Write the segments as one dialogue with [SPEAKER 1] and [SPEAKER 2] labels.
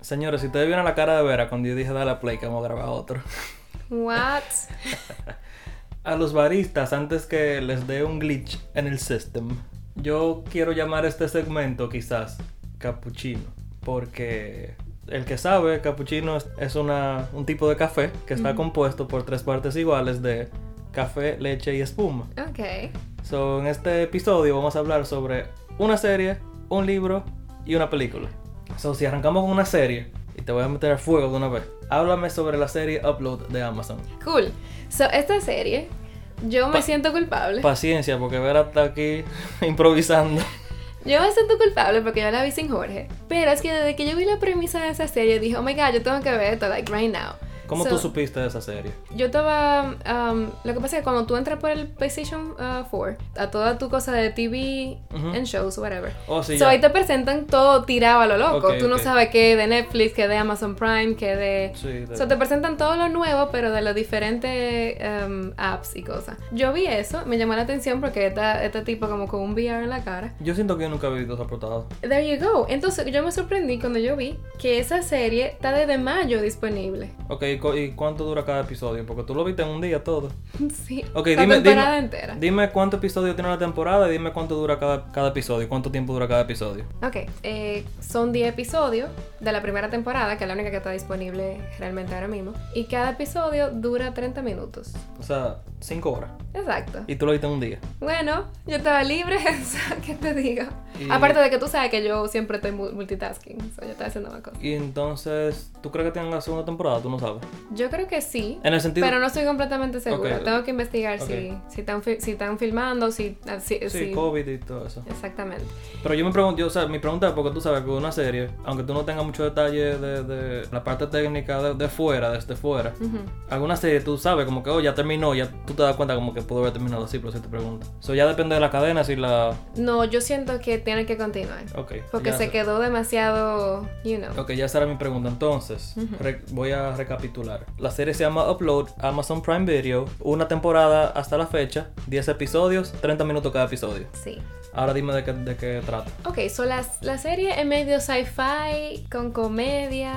[SPEAKER 1] Señores, si ustedes vieron la cara de Vera cuando yo dije dale a play que vamos a grabar otro.
[SPEAKER 2] What?
[SPEAKER 1] A los baristas, antes que les dé un glitch en el system, yo quiero llamar a este segmento quizás cappuccino. Porque el que sabe, cappuccino es- es una, un tipo de café que está compuesto por tres partes iguales de café, leche y espuma.
[SPEAKER 2] Ok.
[SPEAKER 1] So, en este episodio vamos a hablar sobre una serie, un libro y una película. So, si arrancamos con una serie, y te voy a meter a fuego de una vez, háblame sobre la serie Upload de Amazon.
[SPEAKER 2] Cool. So, esta serie, yo me
[SPEAKER 1] Pa-
[SPEAKER 2] siento culpable.
[SPEAKER 1] Paciencia, porque Vera está aquí improvisando.
[SPEAKER 2] Yo me siento culpable porque yo la vi sin Jorge. Pero es que desde que yo vi la premisa de esa serie, dije, oh my god, yo tengo que ver esto, like right now.
[SPEAKER 1] ¿Cómo
[SPEAKER 2] So,
[SPEAKER 1] tú supiste de esa serie?
[SPEAKER 2] Yo estaba. um, lo que pasa es que cuando tú entras por el PlayStation uh, 4, a toda tu cosa de TV
[SPEAKER 1] Ujú.
[SPEAKER 2] and shows, whatever.
[SPEAKER 1] Oh, sí,
[SPEAKER 2] so
[SPEAKER 1] ya.
[SPEAKER 2] ahí te presentan todo tirado a lo loco.
[SPEAKER 1] Ok,
[SPEAKER 2] tú no
[SPEAKER 1] ok.
[SPEAKER 2] sabes qué de Netflix, qué de Amazon Prime, qué de.
[SPEAKER 1] Sí, de-
[SPEAKER 2] So, te presentan todo lo nuevo, pero de los diferentes em, apps y cosas. Yo vi eso, me llamó la atención porque esta- este tipo como con un VR en la cara.
[SPEAKER 1] Yo siento que yo nunca he visto esa portada.
[SPEAKER 2] There you go. Entonces yo me sorprendí cuando yo vi que esa serie está desde mayo disponible.
[SPEAKER 1] Ok, ¿y cu- ¿y cuánto dura cada episodio? Porque tú lo viste en un día todo.
[SPEAKER 2] sí.
[SPEAKER 1] Ok,
[SPEAKER 2] la
[SPEAKER 1] dime,
[SPEAKER 2] temporada
[SPEAKER 1] dime,
[SPEAKER 2] entera.
[SPEAKER 1] dime cuánto episodio tiene una temporada y dime cuánto dura cada, cada episodio, cuánto tiempo dura cada episodio.
[SPEAKER 2] Ok, eh, son 10 episodios de la primera temporada, que es la única que está disponible realmente ahora mismo. Y cada episodio dura 30 minutos.
[SPEAKER 1] O sea, cinco horas.
[SPEAKER 2] Exacto.
[SPEAKER 1] Y tú lo viste en un día.
[SPEAKER 2] Bueno, yo estaba libre, o sea, ¿qué te digo?
[SPEAKER 1] Y-
[SPEAKER 2] Aparte de que tú sabes que yo siempre estoy mu- multitasking, o sea, yo estaba haciendo más cosas.
[SPEAKER 1] Y entonces, ¿tú crees que tienen la segunda temporada? Tú no sabes.
[SPEAKER 2] Yo creo que sí,
[SPEAKER 1] En el sentido.
[SPEAKER 2] pero no estoy completamente segura.
[SPEAKER 1] Eh, Ok.
[SPEAKER 2] Tengo que investigar
[SPEAKER 1] Ok.
[SPEAKER 2] si, si, están fi- si están filmando, si... ah, si,
[SPEAKER 1] sí,
[SPEAKER 2] si-
[SPEAKER 1] COVID y todo eso.
[SPEAKER 2] Exactamente.
[SPEAKER 1] Pero yo me pregunto, yo, o sea, mi pregunta es porque tú sabes que una serie, aunque tú no tengas mucho detalle de, de la parte técnica de, de fuera, desde fuera,
[SPEAKER 2] Ujú.
[SPEAKER 1] alguna serie tú sabes como que, oh, ya terminó, ya tú te das cuenta como que pudo haber terminado así, pero si te pregunta. Eso ya depende de la cadena, si la...
[SPEAKER 2] No, yo siento que tiene que continuar.
[SPEAKER 1] Ok.
[SPEAKER 2] Porque
[SPEAKER 1] ya
[SPEAKER 2] se
[SPEAKER 1] sé.
[SPEAKER 2] quedó demasiado, you know.
[SPEAKER 1] Ok, ya esa era mi pregunta. Entonces, re- voy a recapitular. La serie se llama Upload, Amazon Prime Video, una temporada hasta la fecha, 10 episodios, 30 minutos cada episodio.
[SPEAKER 2] Sí.
[SPEAKER 1] Ahora dime de qué, de qué trata.
[SPEAKER 2] Ok, so la, la serie es medio sci-fi, con comedia,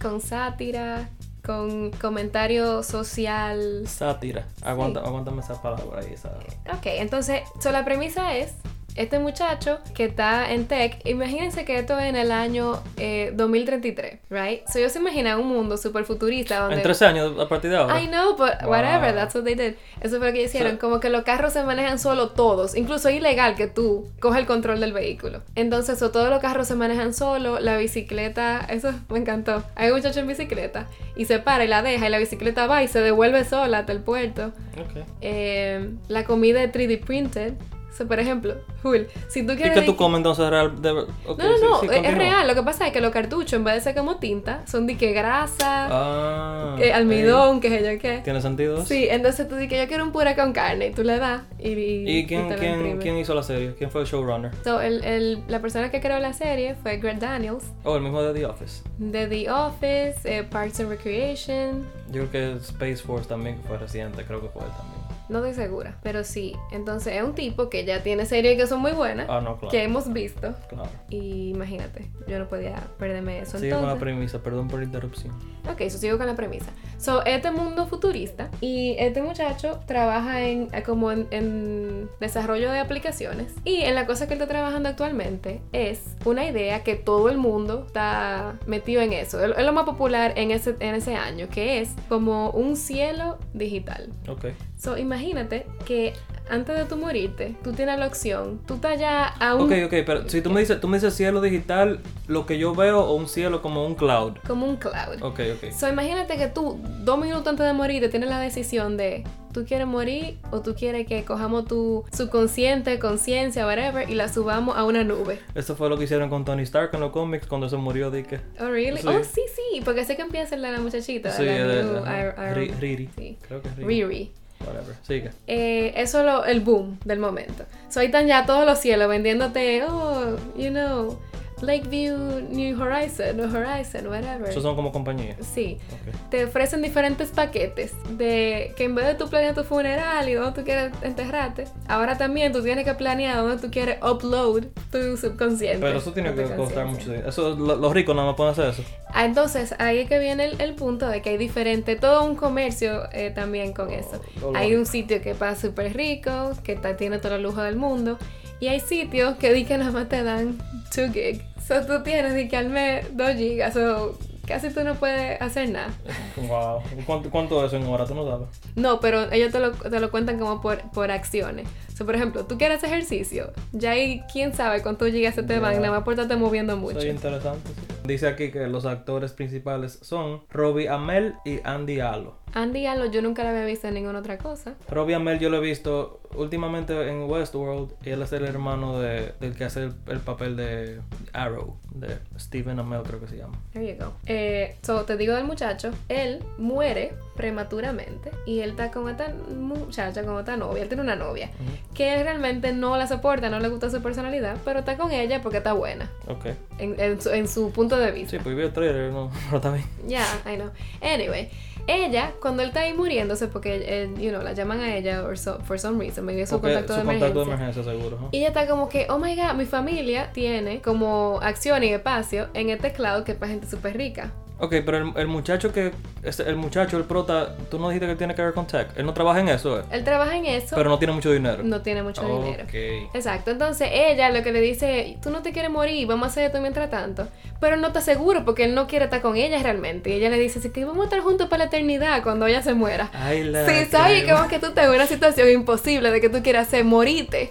[SPEAKER 2] con sátira, con comentario social.
[SPEAKER 1] Sátira. Aguanta, Aguántame esa palabra ahí. Esa...
[SPEAKER 2] Ok, entonces, so la premisa es, este muchacho que está en tech, imagínense que esto es en el año eh, 2033, right? So yo se imagina un mundo super futurista donde...
[SPEAKER 1] En 13 años, a partir de ahora.
[SPEAKER 2] I know, but whatever,
[SPEAKER 1] Wow.
[SPEAKER 2] that's what they did. Eso fue lo que hicieron,
[SPEAKER 1] So-
[SPEAKER 2] como que los carros se manejan solo todos. Incluso es ilegal que tú cojas el control del vehículo. Entonces, o todos los carros se manejan solo, la bicicleta, eso me encantó. Hay un muchacho en bicicleta y se para y la deja y la bicicleta va y se devuelve sola hasta el puerto.
[SPEAKER 1] Ok.
[SPEAKER 2] Eh, la comida es 3D printed. So, por ejemplo, Jul, si tú
[SPEAKER 1] ¿Y
[SPEAKER 2] quieres...
[SPEAKER 1] qué tú comes entonces real? De... ok,
[SPEAKER 2] no, no,
[SPEAKER 1] sí,
[SPEAKER 2] no,
[SPEAKER 1] sí,
[SPEAKER 2] es- es
[SPEAKER 1] continúa.
[SPEAKER 2] real. Lo que pasa es que los cartuchos, en vez de ser como tinta, son de que grasa,
[SPEAKER 1] Ah.
[SPEAKER 2] que Eh, almidón, que sé yo qué.
[SPEAKER 1] ey, ¿Tiene sentido? eso?
[SPEAKER 2] Sí, entonces tú dices que yo quiero un puré con carne y tú le das y, y,
[SPEAKER 1] ¿Y quién,
[SPEAKER 2] y te lo
[SPEAKER 1] quién,
[SPEAKER 2] imprime.
[SPEAKER 1] quién hizo la serie? ¿Quién fue el showrunner?
[SPEAKER 2] So, el- el- la persona que creó la serie fue Greg Daniels
[SPEAKER 1] Oh, el mismo de The Office.
[SPEAKER 2] de The Office, eh, Parks and Recreation,
[SPEAKER 1] Yo creo que Space Force también, que fue reciente, creo que fue él también.
[SPEAKER 2] no estoy segura, pero sí. Entonces es un tipo que ya tiene series que son muy buenas,
[SPEAKER 1] Ah, no, claro.
[SPEAKER 2] que hemos visto.
[SPEAKER 1] Claro.
[SPEAKER 2] Y imagínate, yo no podía perderme eso.
[SPEAKER 1] Sigue con la
[SPEAKER 2] entonces,
[SPEAKER 1] premisa, perdón por la interrupción.
[SPEAKER 2] Ok, eso sigo con la premisa. So, este mundo futurista y este muchacho trabaja en eh, como en, en desarrollo de aplicaciones y en la cosa que él está trabajando actualmente es una idea que todo el mundo está metido en eso. Es lo- es lo más popular en ese, en ese año, que es como un cielo digital.
[SPEAKER 1] Ok.
[SPEAKER 2] So, imagínate que antes de tú morirte, tú tienes la opción, tú estás ya a un...
[SPEAKER 1] Ok, ok, pero si tú me dices, tú me dices cielo digital, lo que yo veo o un cielo como un cloud.
[SPEAKER 2] como un cloud.
[SPEAKER 1] Ok, ok.
[SPEAKER 2] So, imagínate que tú, dos minutos antes de morir, te tienes la decisión de tú quieres morir o tú quieres que cojamos tu subconsciente, conciencia, whatever, y la subamos a una nube.
[SPEAKER 1] Eso fue lo que hicieron con Tony Stark en los cómics cuando se murió de que...
[SPEAKER 2] Oh, really?
[SPEAKER 1] Sí.
[SPEAKER 2] Oh, sí, sí, porque sé que empieza la, la muchachita.
[SPEAKER 1] Sí,
[SPEAKER 2] la
[SPEAKER 1] eh,
[SPEAKER 2] new
[SPEAKER 1] ajá.
[SPEAKER 2] Iron- Iron-
[SPEAKER 1] Ri- Riri.
[SPEAKER 2] sí.
[SPEAKER 1] Creo que es Riri.
[SPEAKER 2] Riri.
[SPEAKER 1] Whatever. Sigue.
[SPEAKER 2] Eh, eso es lo- el boom del momento. So, ahí están ya todos los cielos vendiéndote, oh, you know, Lakeview, New Horizon, New Horizon, whatever.
[SPEAKER 1] Esos son como compañías.
[SPEAKER 2] Sí,
[SPEAKER 1] Ok.
[SPEAKER 2] te ofrecen diferentes paquetes de que en vez de tú planear tu funeral y dónde tú quieres enterrarte, ahora también tú tienes que planear dónde tú quieres upload tu subconsciente.
[SPEAKER 1] Pero eso tiene
[SPEAKER 2] o
[SPEAKER 1] que
[SPEAKER 2] tu
[SPEAKER 1] costar
[SPEAKER 2] conciencia.
[SPEAKER 1] mucho dinero. Eso, lo- los ricos nada más pueden hacer eso.
[SPEAKER 2] Ah, entonces, ahí es que viene el, el punto de que hay diferente, todo un comercio eh, también con eso.
[SPEAKER 1] Oh, Lo- lo
[SPEAKER 2] Hay
[SPEAKER 1] lógico.
[SPEAKER 2] un sitio que paga súper rico, que ta- tiene todo el lujo del mundo, y hay sitios que di que nada más te dan 2 gig. So, tú tienes di que al mes 2 gigas, o casi tú no puedes hacer nada.
[SPEAKER 1] Wow. ¿Y ¿Cuánto, cuánto es eso en horas? Tú no sabes.
[SPEAKER 2] No, pero ellos te lo, te lo cuentan como por, por acciones. So, por ejemplo, tú quieres ejercicio, ya ahí quién sabe cuántos gigas se te van,
[SPEAKER 1] Ya.
[SPEAKER 2] nada más por estarte moviendo mucho.
[SPEAKER 1] Soy interesante. sí. Dice aquí que los actores principales son Robbie Amell y Andy Allo.
[SPEAKER 2] Andy Allo, yo nunca la había visto en ninguna otra cosa.
[SPEAKER 1] Robbie Amell yo lo he visto últimamente en Westworld y él es el hermano de- del que hace el, el papel de Arrow, de Steven Amell creo que se llama.
[SPEAKER 2] There you go. Eh, so, te digo del muchacho, él muere prematuramente y él está con esta muchacha, con esta novia, él tiene una novia, que él realmente no la soporta, no le gusta su personalidad, pero está con ella porque está buena,
[SPEAKER 1] Ok.
[SPEAKER 2] en, en su, en su punto de vista.
[SPEAKER 1] Sí, pues vi el trailer, no, pero está bien.
[SPEAKER 2] Ya, I know. Anyway, ella, cuando él está ahí muriéndose, porque, eh, you know, la llaman a ella or so- for some reason, me dio su
[SPEAKER 1] Porque
[SPEAKER 2] contacto de
[SPEAKER 1] su contacto de
[SPEAKER 2] emergencia.
[SPEAKER 1] emergencia seguro. ajá.
[SPEAKER 2] Y ella está como que, oh my god, mi familia tiene como acción y espacio en este cloud que es para gente súper rica.
[SPEAKER 1] Ok, pero el, el muchacho que... este- el muchacho, el prota, tú no dijiste que él tiene que ver con tech. Él no trabaja en eso, eh,
[SPEAKER 2] Él trabaja en eso,
[SPEAKER 1] pero Oh. no tiene mucho dinero.
[SPEAKER 2] no tiene mucho dinero.
[SPEAKER 1] Ok.
[SPEAKER 2] Exacto, entonces ella lo que le dice, tú no te quieres morir, vamos a hacer esto mientras tanto. Pero él no está seguro porque él no quiere estar con ella realmente. Y ella le dice, así que vamos a estar juntos para la eternidad cuando ella se muera.
[SPEAKER 1] Ay, la
[SPEAKER 2] Sí, sabes
[SPEAKER 1] crema.
[SPEAKER 2] como que tú estás en una situación imposible de que tú quieras hacer morirte.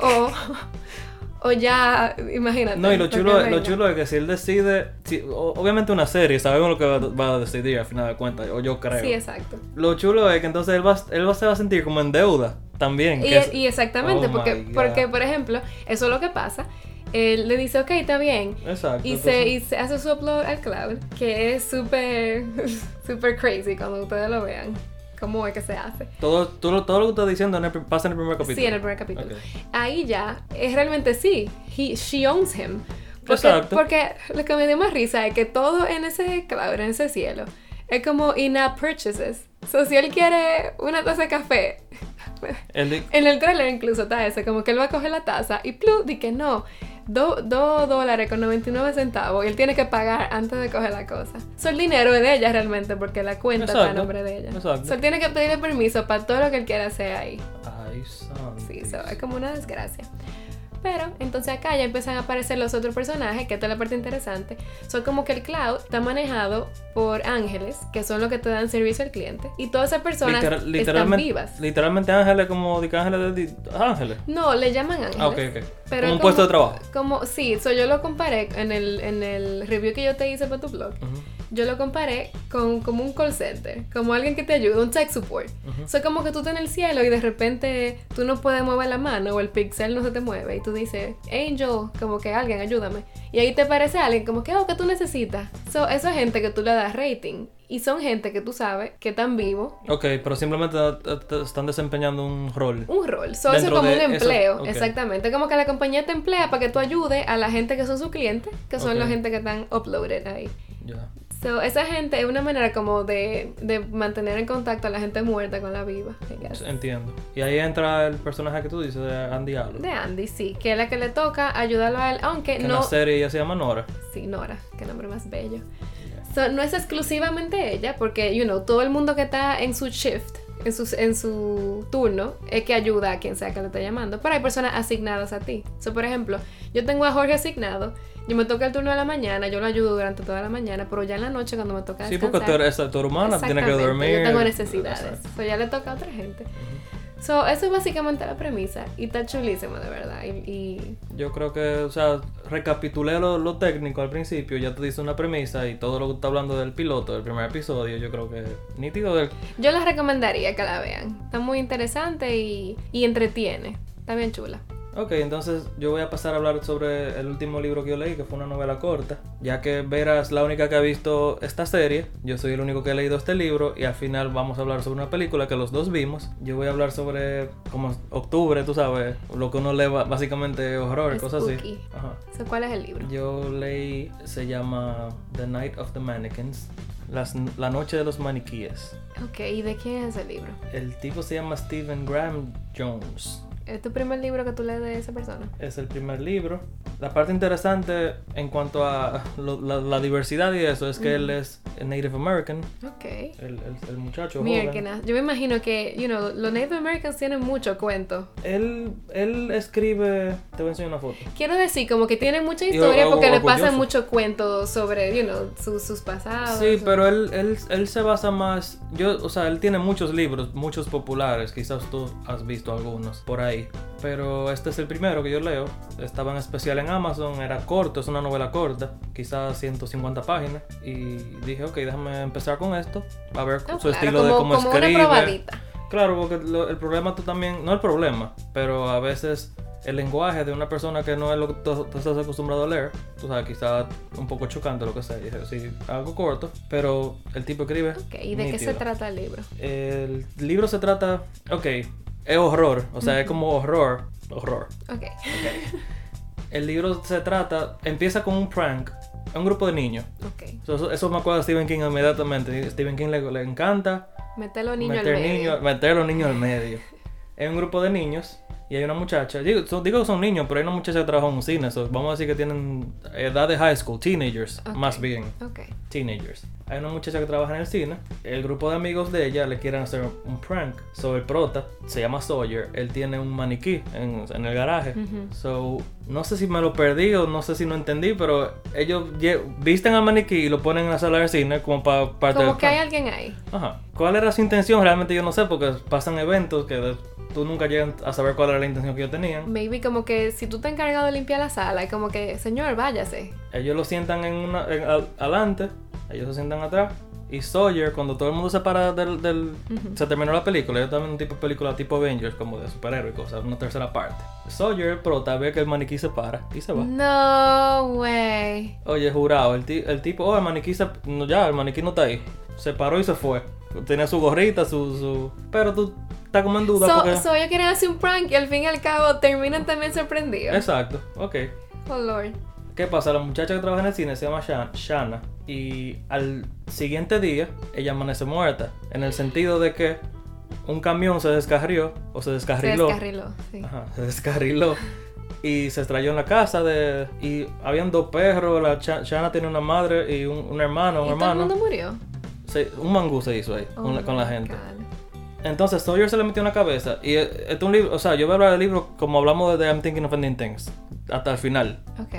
[SPEAKER 2] O, o ya, imagínate.
[SPEAKER 1] No, y lo
[SPEAKER 2] porque
[SPEAKER 1] chulo, lo
[SPEAKER 2] venga.
[SPEAKER 1] chulo es que si él decide, si- o- obviamente una serie, sabemos lo que va, va a decidir al final de cuentas, o yo creo.
[SPEAKER 2] Sí, exacto.
[SPEAKER 1] Lo chulo es que entonces él, va, él va- se va a sentir como en deuda también.
[SPEAKER 2] Y, e,
[SPEAKER 1] que es-
[SPEAKER 2] y exactamente,
[SPEAKER 1] Oh my
[SPEAKER 2] porque,
[SPEAKER 1] God.
[SPEAKER 2] porque, por ejemplo, eso es lo que pasa. Él le dice, ok, está bien.
[SPEAKER 1] exacto.
[SPEAKER 2] Y se,
[SPEAKER 1] entonces-
[SPEAKER 2] y se hace su upload al cloud, que es súper, súper crazy cuando ustedes lo vean. ¿Cómo es que se hace?
[SPEAKER 1] todo, todo, lo- todo lo que estás diciendo en el pr- pasa en el primer capítulo.
[SPEAKER 2] Sí, en el primer capítulo.
[SPEAKER 1] Ok.
[SPEAKER 2] Ahí ya, es realmente sí, he, she owns him. Porque,
[SPEAKER 1] Exacto.
[SPEAKER 2] porque lo que me dio más risa es que todo en ese cloud, en ese cielo, es como in-app purchases. So, si él quiere una taza de café,
[SPEAKER 1] Él di-
[SPEAKER 2] en el trailer incluso está eso, como que él va a coger la taza y plum, di que no, 2 dólares con 99 centavos y él tiene que pagar antes de coger la cosa. So, el dinero es de ella realmente, porque la cuenta está a
[SPEAKER 1] Exacto.
[SPEAKER 2] nombre de ella.
[SPEAKER 1] Exacto.
[SPEAKER 2] So, él tiene que pedirle permiso para todo lo que él quiera hacer ahí.
[SPEAKER 1] Ay, santo.
[SPEAKER 2] Sí, so, es como una desgracia. Pero entonces acá ya empiezan a aparecer los otros personajes, que esta es la parte interesante. Son como que el cloud está manejado por ángeles, que son los que te dan servicio al cliente. Y todas esas personas
[SPEAKER 1] Literal-
[SPEAKER 2] están
[SPEAKER 1] literalmente,
[SPEAKER 2] vivas.
[SPEAKER 1] literalmente ángeles como de que ángeles de di- ángeles.
[SPEAKER 2] No, le llaman ángeles.
[SPEAKER 1] Ah, ok, ok.
[SPEAKER 2] Pero
[SPEAKER 1] como
[SPEAKER 2] es
[SPEAKER 1] un puesto de trabajo.
[SPEAKER 2] Como, sí, so, yo lo comparé en el, en el review que yo te hice para tu blog.
[SPEAKER 1] Ujú.
[SPEAKER 2] Yo lo comparé con como un call center, como alguien que te ayuda, un tech support.
[SPEAKER 1] Ujú.
[SPEAKER 2] So, como que tú estás en el cielo y de repente tú no puedes mover la mano o el pixel no se te mueve y tú dices, Angel, como que alguien, ayúdame. Y ahí te aparece alguien como que, oh, que tú necesitas. So, eso es gente que tú le das rating y son gente que tú sabes que están vivos.
[SPEAKER 1] Ok, pero simplemente eh, te- están desempeñando un rol.
[SPEAKER 2] Un rol, so, eso es
[SPEAKER 1] Dentro
[SPEAKER 2] como un
[SPEAKER 1] de eso-
[SPEAKER 2] empleo,
[SPEAKER 1] ok.
[SPEAKER 2] exactamente. Como que la compañía te emplea para que tú ayudes a la gente que son sus clientes, que son
[SPEAKER 1] Ok.
[SPEAKER 2] la gente que están uploaded ahí.
[SPEAKER 1] Ya.
[SPEAKER 2] So, esa gente es una manera como de, de mantener en contacto a la gente muerta con la viva. I guess.
[SPEAKER 1] Entiendo. Y ahí entra el personaje que tú dices, de Andy Allo.
[SPEAKER 2] De Andy, sí, que es la que le toca ayudarlo a él, aunque
[SPEAKER 1] Que en
[SPEAKER 2] no.
[SPEAKER 1] la serie ella se llama Nora.
[SPEAKER 2] Sí, Nora, qué nombre más bello. So, no es exclusivamente ella, porque, you know, todo el mundo que está en su shift, en su, en su turno, es que ayuda a quien sea que le esté llamando. Pero hay personas asignadas a ti. So, por ejemplo, yo tengo a Jorge asignado, yo me toca el turno de la mañana, yo lo ayudo durante toda la mañana, pero ya en la noche cuando me toca
[SPEAKER 1] Sí, porque tú
[SPEAKER 2] descansar-
[SPEAKER 1] eres, tú eres humana, tú tienes Ah, que
[SPEAKER 2] Exactamente,
[SPEAKER 1] dormir.
[SPEAKER 2] Yo tengo necesidades.
[SPEAKER 1] Exacto.
[SPEAKER 2] So, ya le toca a otra gente. So, eso es básicamente la premisa. Y está chulísimo, de verdad. Y, y-
[SPEAKER 1] Yo creo que, o sea, recapitulé lo, lo técnico al principio, ya te dice una premisa y todo lo que está hablando del piloto, del primer episodio, yo creo que nítido del...
[SPEAKER 2] yo les recomendaría que la vean. Está muy interesante y, y entretiene. Está bien chula.
[SPEAKER 1] Ok, entonces yo voy a pasar a hablar sobre el último libro que yo leí, que fue una novela corta. Ya que Vera es la única que ha visto esta serie, yo soy el único que he leído este libro y al final vamos a hablar sobre una película que los dos vimos. Yo voy a hablar sobre como octubre, tú sabes, lo que uno lee ba- básicamente horror, cosas así.
[SPEAKER 2] Spooky.
[SPEAKER 1] Ajá.
[SPEAKER 2] So, ¿Cuál es el libro?
[SPEAKER 1] Yo leí, se llama The Night of the Mannequins, las- la noche de los maniquíes.
[SPEAKER 2] Ok, ¿y de quién es ese libro?
[SPEAKER 1] El tipo se llama Stephen Graham Jones.
[SPEAKER 2] ¿Es tu primer libro que tú lees de esa persona?
[SPEAKER 1] es el primer libro. La parte interesante en cuanto a lo- la, la diversidad y eso es que él es Native American,
[SPEAKER 2] Ok.
[SPEAKER 1] el, el- el muchacho
[SPEAKER 2] Mira,
[SPEAKER 1] joven.
[SPEAKER 2] que na- yo me imagino que, you know, los Native Americans tienen mucho cuento.
[SPEAKER 1] Él, él escribe, te voy a enseñar una foto.
[SPEAKER 2] Quiero decir, como que tienen mucha
[SPEAKER 1] Y
[SPEAKER 2] historia
[SPEAKER 1] o- o-
[SPEAKER 2] porque le
[SPEAKER 1] orgulloso.
[SPEAKER 2] pasan mucho cuento sobre, you know, su- sus pasados.
[SPEAKER 1] Sí,
[SPEAKER 2] su-
[SPEAKER 1] pero él, él, él se basa más, yo, o sea, él tiene muchos libros, muchos populares, quizás tú has visto algunos por ahí, pero este es el primero que yo leo, estaba en especial en Amazon, era corto, es una novela corta, quizás 150 páginas, y dije, ok, déjame empezar con esto, a ver
[SPEAKER 2] No,
[SPEAKER 1] su
[SPEAKER 2] claro,
[SPEAKER 1] estilo de cómo
[SPEAKER 2] como, como una
[SPEAKER 1] escribe.
[SPEAKER 2] probadita.
[SPEAKER 1] Claro, porque lo- el problema tú también, no el problema, pero a veces el lenguaje de una persona que no es lo que tú, tú estás acostumbrado a leer, tú sabes, quizás un poco chocante lo que sea, dije, sí, algo corto, pero el tipo escribe.
[SPEAKER 2] Ok, ¿y de qué se
[SPEAKER 1] nítido.
[SPEAKER 2] trata el libro?
[SPEAKER 1] El libro se trata, ok, es horror, o sea, es como horror, horror.
[SPEAKER 2] Ok.
[SPEAKER 1] El libro se trata, empieza con un prank, a un grupo de niños.
[SPEAKER 2] Ok.
[SPEAKER 1] Eso, eso- eso me acuerda a Stephen King inmediatamente. Stephen King le- le encanta
[SPEAKER 2] Mete a los niños
[SPEAKER 1] meter,
[SPEAKER 2] al medio.
[SPEAKER 1] niños- meter los niños al medio. Es un grupo de niños y hay una muchacha. Digo, son- digo que son niños, pero hay una muchacha que trabaja en un cine. so, vamos a decir que tienen edad de high school, teenagers,
[SPEAKER 2] Ok.
[SPEAKER 1] más bien,
[SPEAKER 2] Ok.
[SPEAKER 1] teenagers. Hay una muchacha que trabaja en el cine. El grupo de amigos de ella le quieren hacer un prank sobre el prota. Se llama Sawyer. Él tiene un maniquí en, en el garaje.
[SPEAKER 2] Ujú.
[SPEAKER 1] So, no sé si me lo perdí o no sé si no entendí, pero ellos lle- visten al maniquí y lo ponen en la sala de cine como para parte del
[SPEAKER 2] Como que
[SPEAKER 1] prank.
[SPEAKER 2] hay alguien ahí.
[SPEAKER 1] Ajá. ¿Cuál era su intención? Realmente yo no sé, porque pasan eventos que de- tú nunca llegas a saber cuál era la intención que ellos tenían.
[SPEAKER 2] Maybe como que si tú te has encargado de limpiar la sala, es como que, señor, váyase.
[SPEAKER 1] Ellos lo sientan en una, en- al- adelante, ellos se sientan atrás. Y Sawyer, cuando todo el mundo se para del... del-
[SPEAKER 2] Ujú.
[SPEAKER 1] Se terminó la película, yo también un tipo de película tipo Avengers, como de superhéroe y cosas, una tercera parte. Sawyer, el prota, ve que el maniquí se para y se va.
[SPEAKER 2] No way.
[SPEAKER 1] Oye, jurado, el, ti- el tipo, oh, el maniquí se... no, ya, el maniquí no está ahí. Se paró y se fue. Tenía su gorrita, su... su... Pero tú estás como en duda
[SPEAKER 2] So,
[SPEAKER 1] porque...
[SPEAKER 2] so ellos quieren hacer un prank y al fin y al cabo terminan también sorprendidos.
[SPEAKER 1] Exacto, ok.
[SPEAKER 2] Oh lord.
[SPEAKER 1] ¿Qué pasa? La muchacha que trabaja en el cine se llama Shan- Shanna y al siguiente día ella amanece muerta, en el sentido de que un camión se descarrió o se
[SPEAKER 2] Se
[SPEAKER 1] descarriló.
[SPEAKER 2] descarriló. Sí.
[SPEAKER 1] Ajá, se descarriló y se estrelló en la casa de... Y habían dos perros, la Sha- Shanna tiene una madre y un, un hermano, un
[SPEAKER 2] Y todo el
[SPEAKER 1] hermano.
[SPEAKER 2] mundo murió.
[SPEAKER 1] Se- un mangú se hizo ahí con, la, con la
[SPEAKER 2] Oh, my
[SPEAKER 1] gente.
[SPEAKER 2] God.
[SPEAKER 1] Entonces Sawyer se le metió en la cabeza y eh, este es un libro, o sea, yo voy a hablar del libro como hablamos de I'm Thinking of Ending Things, hasta el final.
[SPEAKER 2] Ok.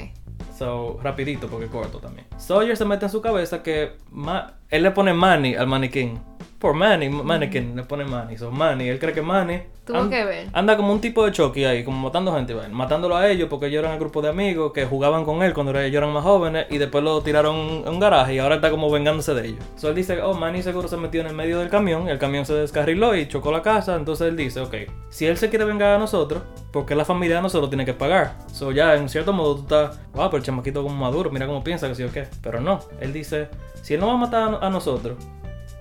[SPEAKER 1] So, rapidito porque corto también. Sawyer se mete en su cabeza que ma- él le pone Manny al maniquín. Por Manny, mannequin, le pone Manny. So, Manny, él cree que Manny
[SPEAKER 2] Tuvo que ver.
[SPEAKER 1] anda como un tipo de Chucky ahí, como matando gente, vaina. matándolo a ellos porque ellos eran el grupo de amigos que jugaban con él cuando era- ellos eran más jóvenes y después lo tiraron a un garaje y ahora está como vengándose de ellos. So, él dice, oh, Manny seguro se metió en el medio del camión, el camión se descarriló y chocó la casa, entonces él dice, ok, si él se quiere vengar a nosotros, porque la familia de nosotros tiene que pagar. So, ya en cierto modo tú estás, wow, pero el chamaquito como maduro, mira cómo piensa, que sí o qué. Pero no, él dice, si él no va a matar a- a nosotros,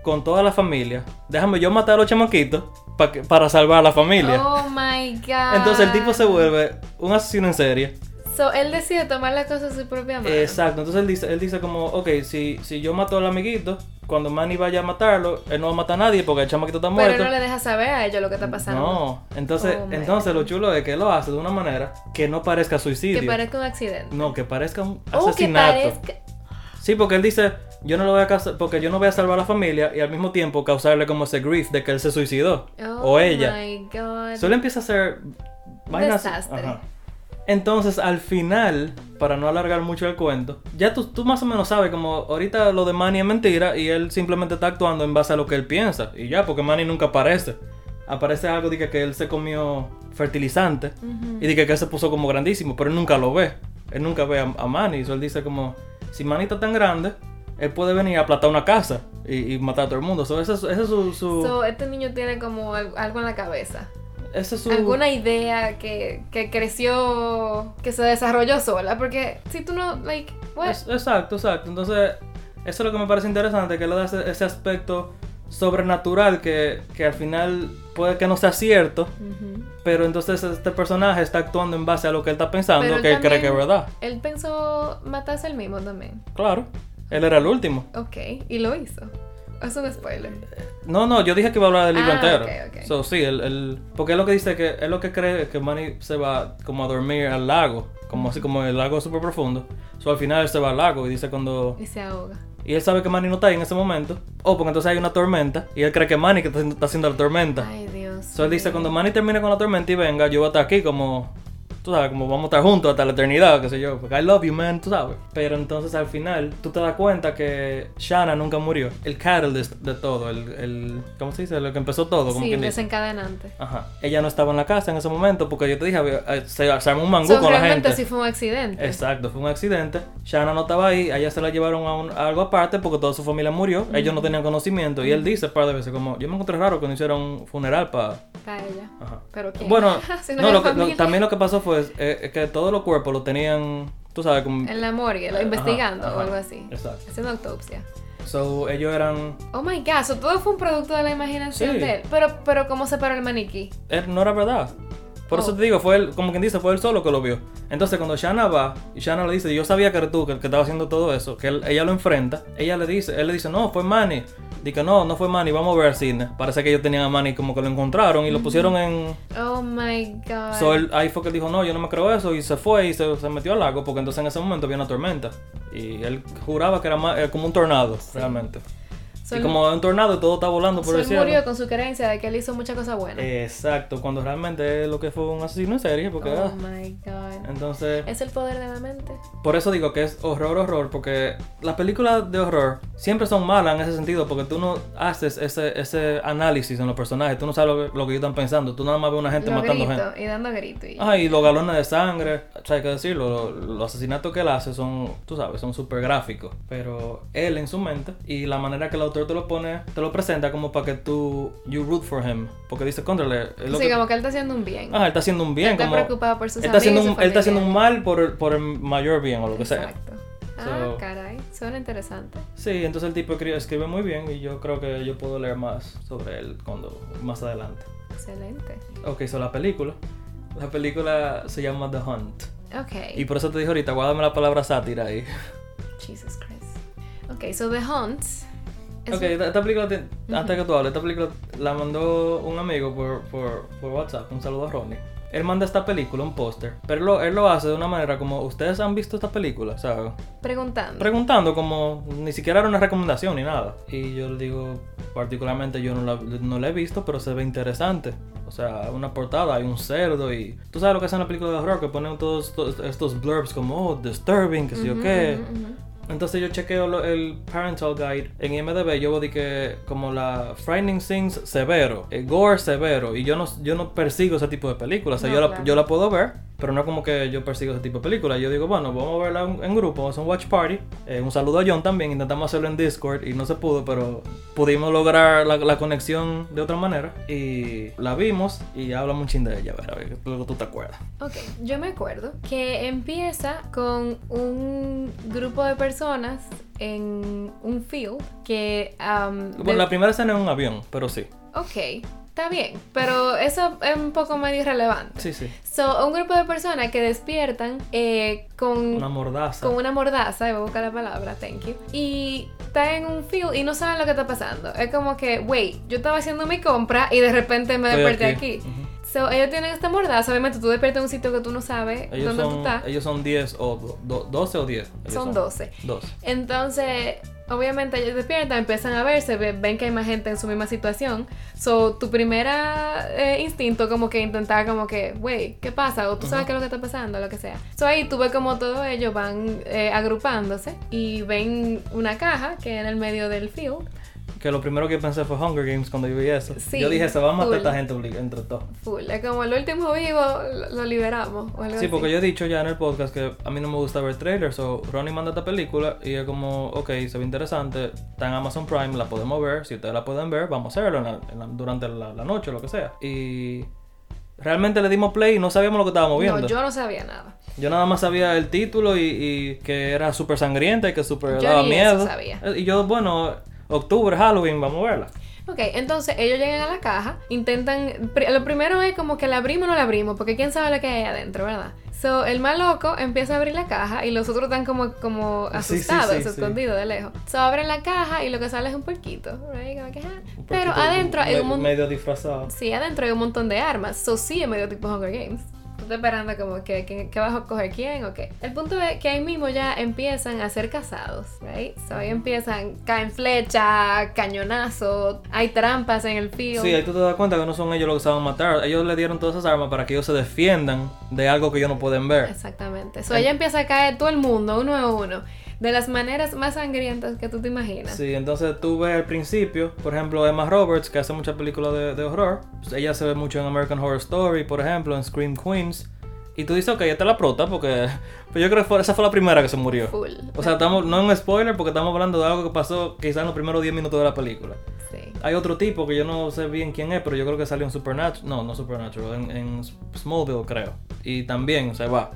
[SPEAKER 1] con toda la familia. Déjame yo matar a los chamaquitos pa que- para salvar a la familia.
[SPEAKER 2] Oh my god.
[SPEAKER 1] Entonces el
[SPEAKER 2] Ah.
[SPEAKER 1] tipo se vuelve un asesino en serie.
[SPEAKER 2] So él decide tomar las cosas a su propia mano.
[SPEAKER 1] Exacto. Entonces él dice, él dice como, ok, si, si yo mato al amiguito, cuando Manny vaya a matarlo, él no va a matar a nadie porque el chamaquito está
[SPEAKER 2] Pero
[SPEAKER 1] muerto.
[SPEAKER 2] él no le deja saber a ellos lo que está pasando.
[SPEAKER 1] No. entonces,
[SPEAKER 2] Oh, man.
[SPEAKER 1] entonces lo chulo es que él lo hace de una manera que no parezca
[SPEAKER 2] que
[SPEAKER 1] suicidio.
[SPEAKER 2] parezca un accidente.
[SPEAKER 1] No, que parezca un
[SPEAKER 2] O que
[SPEAKER 1] asesinato.
[SPEAKER 2] parezca.
[SPEAKER 1] Sí, porque él dice, yo no lo voy a causar, porque yo no voy a salvar a la familia y al mismo tiempo causarle como ese grief de que él se suicidó.
[SPEAKER 2] Oh
[SPEAKER 1] o ella.
[SPEAKER 2] my god.
[SPEAKER 1] Solo empieza a ser vainas-
[SPEAKER 2] Desastre.
[SPEAKER 1] Ajá. Entonces, al final, para no alargar mucho el cuento, ya tú, tú más o menos sabes, como ahorita lo de Manny es mentira y él simplemente está actuando en base a lo que él piensa. Y ya, porque Manny nunca aparece. Aparece algo de que, que él se comió fertilizante
[SPEAKER 2] Ujú.
[SPEAKER 1] y de que, que él se puso como grandísimo, pero él nunca lo ve. Él nunca ve a, a Manny. So, él dice como, si Manny está tan grande, él puede venir a aplatar una casa y, y matar a todo el mundo. So, ese, es- ese es su... su-
[SPEAKER 2] So, este niño tiene como al- algo en la cabeza.
[SPEAKER 1] Ese es su...
[SPEAKER 2] alguna idea que, que creció, que se desarrolló sola, porque si tú no, like, what?
[SPEAKER 1] Es- exacto, exacto. Entonces, eso es lo que me parece interesante, que le da ese, ese aspecto sobrenatural que, que al final puede que no sea cierto,
[SPEAKER 2] Ujú.
[SPEAKER 1] pero entonces este personaje está actuando en base a lo que él está pensando,
[SPEAKER 2] Pero él
[SPEAKER 1] que él cree
[SPEAKER 2] también-
[SPEAKER 1] que es verdad.
[SPEAKER 2] Él pensó matarse al mismo también.
[SPEAKER 1] Claro, él era el último.
[SPEAKER 2] Ok, y lo hizo. Es un spoiler.
[SPEAKER 1] No, no, yo dije que iba a hablar del libro
[SPEAKER 2] Ah,
[SPEAKER 1] entero.
[SPEAKER 2] ok, ok.
[SPEAKER 1] So, sí, él, él- porque es lo que dice que es lo que cree que Manny se va como a dormir al lago, como así como el lago súper profundo. So, al final él se va al lago y dice cuando
[SPEAKER 2] Y se ahoga.
[SPEAKER 1] Y él sabe que Manny no está ahí en ese momento. Oh, porque entonces hay una tormenta. Y él cree que Manny que está, haciendo- está haciendo la tormenta.
[SPEAKER 2] Ay, Dios.
[SPEAKER 1] So él dice,
[SPEAKER 2] mío.
[SPEAKER 1] cuando Manny termine con la tormenta y venga, yo voy a estar aquí como... Tú sabes, como vamos a estar juntos hasta la eternidad, qué sé yo. Porque I love you, man, tú sabes. Pero entonces al final, tú te das cuenta que Shanna nunca murió. El catalyst de todo, el... el ¿Cómo se dice? Lo que empezó todo, como
[SPEAKER 2] Sí,
[SPEAKER 1] quien dice.
[SPEAKER 2] desencadenante.
[SPEAKER 1] Ajá. Ella no estaba en la casa en ese momento porque yo te dije, había- eh, se, se armó un mangú
[SPEAKER 2] So,
[SPEAKER 1] con la gente.
[SPEAKER 2] realmente sí fue un accidente.
[SPEAKER 1] Exacto, fue un accidente. Shanna no estaba ahí, a ella se la llevaron a, un- a algo aparte porque toda su familia murió, ellos no tenían conocimiento y él dice un par de veces como, yo me encontré raro que no hicieron un funeral para...
[SPEAKER 2] Para ella. Pero que
[SPEAKER 1] Bueno,
[SPEAKER 2] si no
[SPEAKER 1] no,
[SPEAKER 2] era
[SPEAKER 1] lo que- lo-
[SPEAKER 2] familia.
[SPEAKER 1] también lo que pasó fue eh, eh, que todos los cuerpos lo tenían, tú sabes, como...
[SPEAKER 2] En la morgue, la-
[SPEAKER 1] Ajá,
[SPEAKER 2] investigando o
[SPEAKER 1] ajá,
[SPEAKER 2] algo así.
[SPEAKER 1] Exacto.
[SPEAKER 2] Haciendo autopsia.
[SPEAKER 1] So, ellos eran...
[SPEAKER 2] Oh my god, so todo fue un producto de la imaginación
[SPEAKER 1] Sí.
[SPEAKER 2] de él. Pero, pero ¿cómo se paró el maniquí?
[SPEAKER 1] él no era verdad. Por eso
[SPEAKER 2] Oh.
[SPEAKER 1] te digo, fue él, como quien dice, fue él solo que lo vio. Entonces cuando Shanna va, y Shanna le dice, yo sabía que eres tú, que el que estaba haciendo todo eso, que él- ella lo enfrenta, ella le dice, él le dice, no, fue Manny. Dice, no, no fue Manny, vamos a ver al cine. Parece que ellos tenían a Manny como que lo encontraron y lo pusieron en...
[SPEAKER 2] Oh my god.
[SPEAKER 1] So, él- ahí fue que él dijo, no, yo no me creo eso, y se fue y se, se metió al lago, porque entonces en ese momento había una tormenta. Y él juraba que era ma- eh, como un tornado, realmente.
[SPEAKER 2] So,
[SPEAKER 1] y
[SPEAKER 2] él-
[SPEAKER 1] como un tornado, todo está volando
[SPEAKER 2] so
[SPEAKER 1] por Eh, el
[SPEAKER 2] él
[SPEAKER 1] cielo.
[SPEAKER 2] murió con su creencia de que él hizo muchas cosas buenas.
[SPEAKER 1] Exacto, cuando realmente lo que fue un asesino en serie, porque...
[SPEAKER 2] oh
[SPEAKER 1] ah,
[SPEAKER 2] my god.
[SPEAKER 1] Entonces,
[SPEAKER 2] Es el poder de la mente.
[SPEAKER 1] por eso digo que es horror, horror, porque las películas de horror siempre son malas en ese sentido, porque tú no haces ese, ese análisis en los personajes, tú no sabes lo que, lo que ellos están pensando, tú nada más ves una gente
[SPEAKER 2] Lo
[SPEAKER 1] matando gente.
[SPEAKER 2] grito y dando grito. Y...
[SPEAKER 1] Ah, y los galones de sangre, o sea, hay que decirlo, lo- los asesinatos que él hace son, tú sabes, son súper gráficos, pero él en su mente y la manera que el autor te lo pone, te lo presenta como para que tú, you root for him, porque dice, contrale, es lo
[SPEAKER 2] sí,
[SPEAKER 1] que...
[SPEAKER 2] como que él está haciendo un bien.
[SPEAKER 1] Ah, él está haciendo un bien,
[SPEAKER 2] está
[SPEAKER 1] como...
[SPEAKER 2] preocupado por sus
[SPEAKER 1] Él está, haciendo un,
[SPEAKER 2] amigos y su
[SPEAKER 1] él está haciendo un
[SPEAKER 2] familia.
[SPEAKER 1] mal por el, por el mayor bien o lo que sea.
[SPEAKER 2] Exacto. Ah,
[SPEAKER 1] So-
[SPEAKER 2] caray. Suena interesante.
[SPEAKER 1] Sí, entonces el tipo escri- escribe muy bien y yo creo que yo puedo leer más sobre él cuando más adelante.
[SPEAKER 2] Excelente.
[SPEAKER 1] Ok, so la película. La película se llama The Hunt.
[SPEAKER 2] Ok.
[SPEAKER 1] Y por eso te dije ahorita, guárdame la palabra sátira ahí.
[SPEAKER 2] Jesus Christ. Ok, so The Hunt. es
[SPEAKER 1] Ok, esta, esta película, te- antes que tú hables, esta película la mandó un amigo por, por, por WhatsApp. Un saludo a Ronnie. Él manda esta película, un póster, pero lo- él lo hace de una manera como, ¿ustedes han visto esta película? ¿Sabes?
[SPEAKER 2] Preguntando.
[SPEAKER 1] preguntando como ni siquiera era una recomendación ni nada. Y yo le digo, particularmente yo no la, no la he visto, pero se ve interesante. O sea, una portada, hay un cerdo y... Tú sabes lo que hacen en la película de horror, que ponen todos estos, estos blurbs como, oh, disturbing, que sé yo
[SPEAKER 2] Ujú,
[SPEAKER 1] qué.
[SPEAKER 2] ujú, ujú.
[SPEAKER 1] Entonces yo chequeo lo- el Parental Guide en IMDb, yo di que como la Frightening Things severo, el gore severo, y yo no, yo no persigo ese tipo de películas, o sea,
[SPEAKER 2] No,
[SPEAKER 1] yo, la,
[SPEAKER 2] claro.
[SPEAKER 1] yo la puedo ver, pero no como que yo persigo ese tipo de películas, yo digo, bueno, vamos a verla en, en grupo, vamos a hacer un watch party, Eh, un saludo a John también, intentamos hacerlo en Discord y no se pudo, pero pudimos lograr la, la conexión de otra manera, y la vimos, y habla un chin de ella, a ver, a ver, luego tú te acuerdas.
[SPEAKER 2] Ok, yo me acuerdo que empieza con un grupo de personas en un field que... am, de-
[SPEAKER 1] Bueno, la primera escena es un avión, pero sí,
[SPEAKER 2] Ok, está bien, pero eso es un poco medio irrelevante.
[SPEAKER 1] sí, sí,
[SPEAKER 2] So, un grupo de personas que despiertan eh, con
[SPEAKER 1] una mordaza.
[SPEAKER 2] con una mordaza, voy a buscar la palabra, thank you. Y está en un field y no saben lo que está pasando. Es como que, wait, yo estaba haciendo mi compra y de repente me
[SPEAKER 1] Estoy
[SPEAKER 2] desperté
[SPEAKER 1] aquí.
[SPEAKER 2] aquí. So, ellos tienen esta mordaza, obviamente tú despiertas en un sitio que tú no sabes
[SPEAKER 1] Ellos
[SPEAKER 2] dónde tú
[SPEAKER 1] son,
[SPEAKER 2] estás.
[SPEAKER 1] ellos son 10 o do- do- 12 o 10. ellos
[SPEAKER 2] Son 12.
[SPEAKER 1] 12.
[SPEAKER 2] Entonces, obviamente ellos despiertan, empiezan a verse, ve- ven que hay más gente en su misma situación. So, tu primera eh, instinto como que intentar como que, wey, ¿qué pasa? O tú sabes
[SPEAKER 1] Ujú.
[SPEAKER 2] qué es lo que está pasando, lo que sea. So, ahí tú ves como todos ellos van eh, agrupándose y ven una caja que en el medio del field,
[SPEAKER 1] Que lo primero que pensé fue Hunger Games cuando yo vi eso.
[SPEAKER 2] Sí,
[SPEAKER 1] yo dije, se va a matar
[SPEAKER 2] full.
[SPEAKER 1] esta gente oblig- entre todos.
[SPEAKER 2] full. Es como el último vivo, lo, lo liberamos o algo
[SPEAKER 1] Sí,
[SPEAKER 2] así.
[SPEAKER 1] porque yo he dicho ya en el podcast que a mí no me gusta ver trailers. So, Ronnie manda esta película y es como, ok, se ve interesante. Está en Amazon Prime, la podemos ver. Si ustedes la pueden ver, vamos a hacerlo en la- en la- durante la, la noche o lo que sea. Y Realmente le dimos play y no sabíamos lo que estábamos viendo.
[SPEAKER 2] No,
[SPEAKER 1] yo...
[SPEAKER 2] yo no sabía nada.
[SPEAKER 1] nada más sabía el título y, y que era súper sangrienta y que súper
[SPEAKER 2] Yo
[SPEAKER 1] daba
[SPEAKER 2] ni
[SPEAKER 1] miedo.
[SPEAKER 2] eso sabía.
[SPEAKER 1] Y yo, bueno, octubre, Halloween, vamos a verla.
[SPEAKER 2] Ok, entonces ellos llegan a la caja, intentan. pri- Lo primero es como que la abrimos o no la abrimos, porque quién sabe lo que hay ahí adentro, ¿verdad? So, el más loco empieza a abrir la caja y los otros están como, como
[SPEAKER 1] Sí, sí,
[SPEAKER 2] asustados,
[SPEAKER 1] sí, sí.
[SPEAKER 2] escondidos de lejos. So, abren la caja y lo que sale es un puerquito, right? Como que, ah.
[SPEAKER 1] Un
[SPEAKER 2] Pero
[SPEAKER 1] poquito
[SPEAKER 2] adentro hay
[SPEAKER 1] me-
[SPEAKER 2] un montón.
[SPEAKER 1] Medio disfrazado.
[SPEAKER 2] Sí, adentro hay un montón de armas. So sí, es medio tipo Hunger Games. Estoy esperando como que, que, que vas a coger quién o qué. El punto es que ahí mismo ya empiezan a ser casados, ¿right? So ahí empiezan, caen flechas, cañonazos, hay trampas en el field.
[SPEAKER 1] Sí, ahí tú te das cuenta que no son ellos los que se van a matar. Ellos le dieron todas esas armas para que ellos se defiendan de algo que ellos no pueden ver.
[SPEAKER 2] Exactamente. So ahí empieza a caer todo el mundo, uno a uno, de las maneras más sangrientas que tú te imaginas.
[SPEAKER 1] Sí, entonces tú ves al principio, por ejemplo, Emma Roberts, que hace muchas películas de, de horror. Pues ella se ve mucho en American Horror Story, por ejemplo, en Scream Queens. Y tú dices, ok, esta es la prota, porque. Pero yo creo que fue- esa fue la primera que se murió.
[SPEAKER 2] Full.
[SPEAKER 1] O sea, estamos, no es un spoiler, porque estamos hablando de algo que pasó quizás en los primeros 10 minutos de la película.
[SPEAKER 2] Sí.
[SPEAKER 1] Hay otro tipo que yo no sé bien quién es, pero yo creo que salió en Supernatural. No, no Supernatural, en, en Smallville, creo. Y también se va.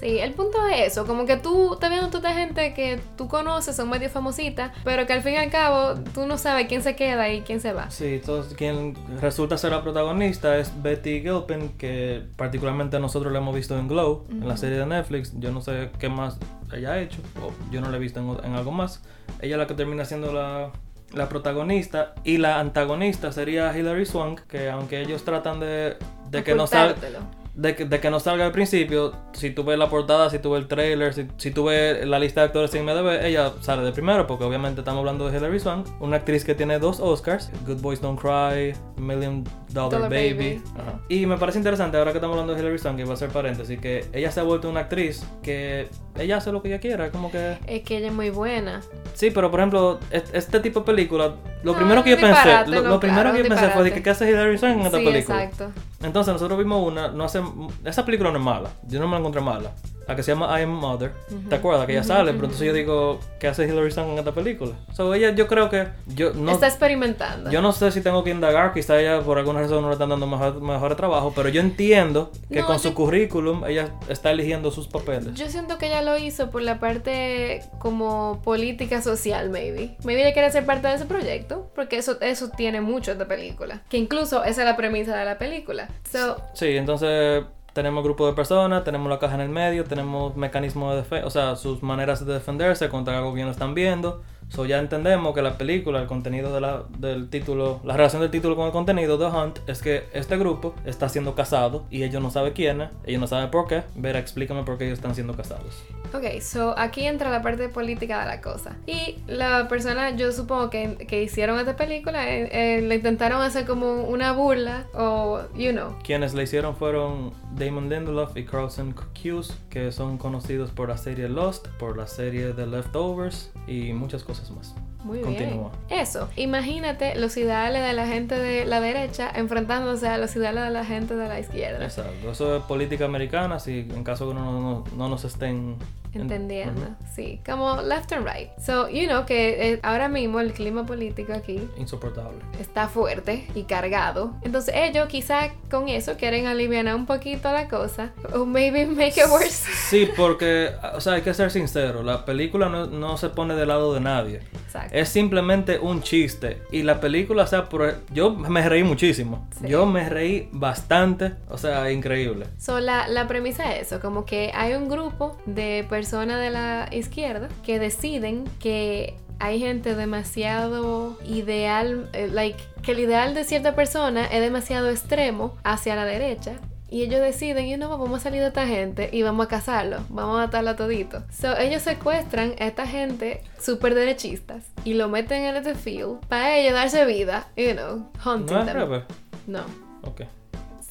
[SPEAKER 2] Sí, el punto es eso, como que tú estás viendo toda esta gente que tú conoces, son medio famositas, pero que al fin y al cabo tú no sabes quién se queda y quién se va.
[SPEAKER 1] Sí, entonces quien resulta ser la protagonista es Betty Gilpin, que particularmente nosotros la hemos visto en Glow, en la serie de Netflix. Yo no sé qué más ella ha hecho, o yo no la he visto en, o- en algo más. Ella es la que termina siendo la, la protagonista y la antagonista sería Hilary Swank, que aunque ellos tratan de, de que no salga...
[SPEAKER 2] Ocultártelo.
[SPEAKER 1] De que, de que no salga al principio, si tú ves la portada, si tú ves el trailer, si, si tú ves la lista de actores sin MDB, ella sale de primero, porque obviamente estamos hablando de Hilary Swank, una actriz que tiene dos Oscars, Good Boys Don't Cry, Million Dollar,
[SPEAKER 2] Dollar
[SPEAKER 1] Baby.
[SPEAKER 2] Baby.
[SPEAKER 1] Ajá. Y me parece interesante, ahora que estamos hablando de Hilary Swank, y va a ser paréntesis, que ella se ha vuelto una actriz que ella hace lo que ella quiera, como que...
[SPEAKER 2] Es que ella es muy buena.
[SPEAKER 1] Sí, pero por ejemplo, est- este tipo de película, lo
[SPEAKER 2] No,
[SPEAKER 1] primero que yo
[SPEAKER 2] un
[SPEAKER 1] pensé,
[SPEAKER 2] Ah, disparate,
[SPEAKER 1] lo,
[SPEAKER 2] no,
[SPEAKER 1] lo primero
[SPEAKER 2] claro,
[SPEAKER 1] que yo
[SPEAKER 2] un
[SPEAKER 1] pensé fue de
[SPEAKER 2] disparate.
[SPEAKER 1] que qué hace Hilary Swank en esta
[SPEAKER 2] sí,
[SPEAKER 1] película.
[SPEAKER 2] exacto.
[SPEAKER 1] Entonces nosotros vimos una, no hace, esa película no es mala, yo no me la encontré mala, la que se llama I Am Mother, ¿te acuerdas? Que ella sale, pero entonces yo digo, ¿qué hace Hillary Swank en esta película? So ella, yo creo que, yo no,
[SPEAKER 2] Está experimentando.
[SPEAKER 1] yo no sé si tengo que indagar, quizá ella por alguna razón no le están dando mejor, mejor trabajo, pero yo entiendo que
[SPEAKER 2] No,
[SPEAKER 1] con
[SPEAKER 2] yo-
[SPEAKER 1] su currículum ella está eligiendo sus papeles.
[SPEAKER 2] Yo siento que ella lo hizo por la parte como política social, maybe. Maybe ella quiere ser parte de ese proyecto, porque eso, eso tiene mucho esta película. Que incluso esa es la premisa de la película. So,
[SPEAKER 1] Sí, entonces tenemos grupo de personas, tenemos la caja en el medio, tenemos mecanismos de defensa, o sea, sus maneras de defenderse contra algo que no están viendo. So ya entendemos que la película, el contenido de la, del título, la relación del título con el contenido de Hunt es que este grupo está siendo casado y ellos no saben quién es, ellos no saben por qué. Vera, explícame por qué ellos están siendo casados.
[SPEAKER 2] ok, so aquí entra la parte política de la cosa. Y la persona, yo supongo que, que hicieron esta película, eh, eh, le intentaron hacer como una burla o, you know.
[SPEAKER 1] Quienes la hicieron fueron Damon Lindelof y Carlson Cuse, que son conocidos por la serie Lost, por la serie The Leftovers y muchas cosas más.
[SPEAKER 2] Muy
[SPEAKER 1] Continúa.
[SPEAKER 2] bien. Eso. Imagínate los ideales de la gente de la derecha enfrentándose a los ideales de la gente de la izquierda.
[SPEAKER 1] Exacto, eso es política americana, si en caso que no, no, no nos estén en-
[SPEAKER 2] Entendiendo,
[SPEAKER 1] Ujú.
[SPEAKER 2] sí, como left and right. So, you know que eh, ahora mismo el clima político aquí
[SPEAKER 1] insoportable.
[SPEAKER 2] está fuerte y cargado. Entonces ellos quizá con eso quieren aliviar un poquito la cosa. O maybe make it worse.
[SPEAKER 1] Sí, porque, o sea, hay que ser sincero, la película no, no se pone del lado de nadie.
[SPEAKER 2] Exacto.
[SPEAKER 1] Es simplemente un chiste. Y la película, o sea, por- e, yo me reí muchísimo.
[SPEAKER 2] Sí.
[SPEAKER 1] Yo me reí bastante, o sea, increíble.
[SPEAKER 2] So, la, la premisa es eso, como que hay un grupo de personas de la izquierda que deciden que hay gente demasiado ideal, eh, like, que el ideal de cierta persona es demasiado extremo hacia la derecha. Y ellos deciden, y no, vamos a salir de esta gente y vamos a casarlo, vamos a matarlo todito. So, ellos secuestran a esta gente súper derechistas y lo meten en este field para ellos darse vida, you know, hunting
[SPEAKER 1] ¿No es
[SPEAKER 2] them.
[SPEAKER 1] revés?
[SPEAKER 2] No.
[SPEAKER 1] Ok.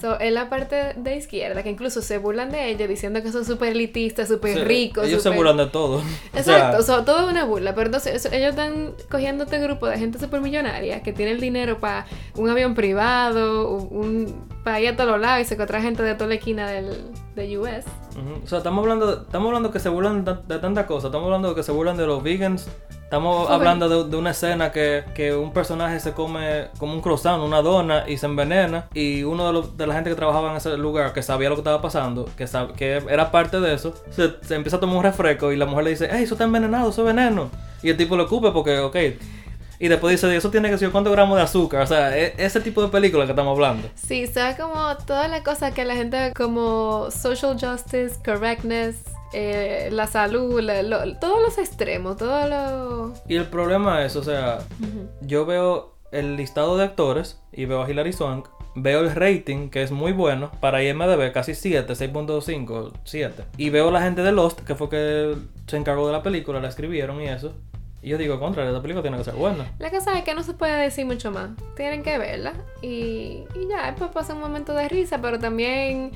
[SPEAKER 2] So, es la parte de izquierda que incluso se burlan de ellos diciendo que son súper elitistas, súper
[SPEAKER 1] Sí,
[SPEAKER 2] ricos.
[SPEAKER 1] Ellos se
[SPEAKER 2] Pues súper-
[SPEAKER 1] burlan de todo. O sea,
[SPEAKER 2] Exacto, so, todo es una burla. Pero entonces eso- ellos están cogiendo este grupo de gente súper millonaria que tiene el dinero para un avión privado, un, para ir a todos los lados y se encuentra gente de toda la esquina del, de US.
[SPEAKER 1] Ujú. O sea, estamos hablando, estamos hablando que se burlan de, de tantas cosas. Estamos hablando de que se burlan de los vegans. Estamos
[SPEAKER 2] Joven.
[SPEAKER 1] hablando de, de una escena que, que un personaje se come como un croissant, una dona y se envenena. Y uno de, los- de la gente que trabajaba en ese lugar, que sabía lo que estaba pasando, que, sab- que era parte de eso, se, se empieza a tomar un refresco y la mujer le dice, ¡Ey, eso está envenenado, eso es veneno! Y el tipo lo ocupe porque, ok. Y después dice, eso tiene que ser cuántos gramos de azúcar. O sea, e- ese tipo de película que estamos hablando.
[SPEAKER 2] Sí, son como todas las cosas que la gente ve como social justice, correctness, eh, la salud, la- lo- todos los extremos, todos los...
[SPEAKER 1] Y el problema es, o sea, yo veo el listado de actores y veo a Hilary Swank, veo el rating que es muy bueno para IMDb, casi 7, 6.5, 7. Y veo la gente de Lost, que fue que se encargó de la película, la escribieron y eso. Y yo digo, contra, esta película tiene que ser buena.
[SPEAKER 2] La cosa es que no se puede decir mucho más. Tienen que verla. Y, y ya, después pasa un momento de risa, pero también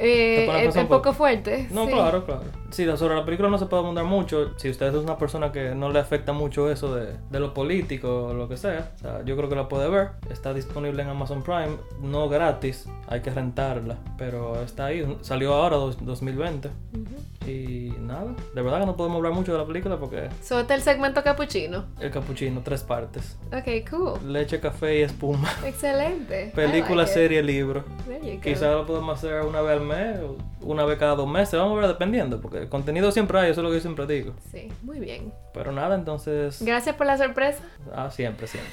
[SPEAKER 2] eh,
[SPEAKER 1] Te pone a
[SPEAKER 2] es,
[SPEAKER 1] pensar
[SPEAKER 2] es
[SPEAKER 1] un poco.
[SPEAKER 2] poco fuerte.
[SPEAKER 1] No,
[SPEAKER 2] sí.
[SPEAKER 1] claro, claro. Sí, sobre la película no se puede abundar mucho. Si usted es una persona que no le afecta mucho eso de, de lo político o lo que sea, o sea, yo creo que la puede ver. Está disponible en Amazon Prime, no gratis, hay que rentarla, pero está ahí. Salió ahora, dos- 2020.
[SPEAKER 2] Ujú.
[SPEAKER 1] Y nada, de verdad que no podemos hablar mucho de la película porque
[SPEAKER 2] So, este es el segmento capuchino.
[SPEAKER 1] el capuchino, tres partes.
[SPEAKER 2] Ok, cool.
[SPEAKER 1] Leche, café y espuma.
[SPEAKER 2] Excelente. I
[SPEAKER 1] Película,
[SPEAKER 2] like it.
[SPEAKER 1] serie, libro.
[SPEAKER 2] There you go.
[SPEAKER 1] Quizás lo podemos hacer una vez al mes, o una vez cada dos meses, vamos a ver dependiendo, porque el contenido siempre hay, eso es lo que yo siempre digo.
[SPEAKER 2] Sí, muy bien.
[SPEAKER 1] Pero nada, entonces...
[SPEAKER 2] Gracias por la sorpresa.
[SPEAKER 1] Ah, siempre, siempre.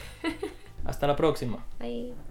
[SPEAKER 1] Hasta la próxima.
[SPEAKER 2] Bye.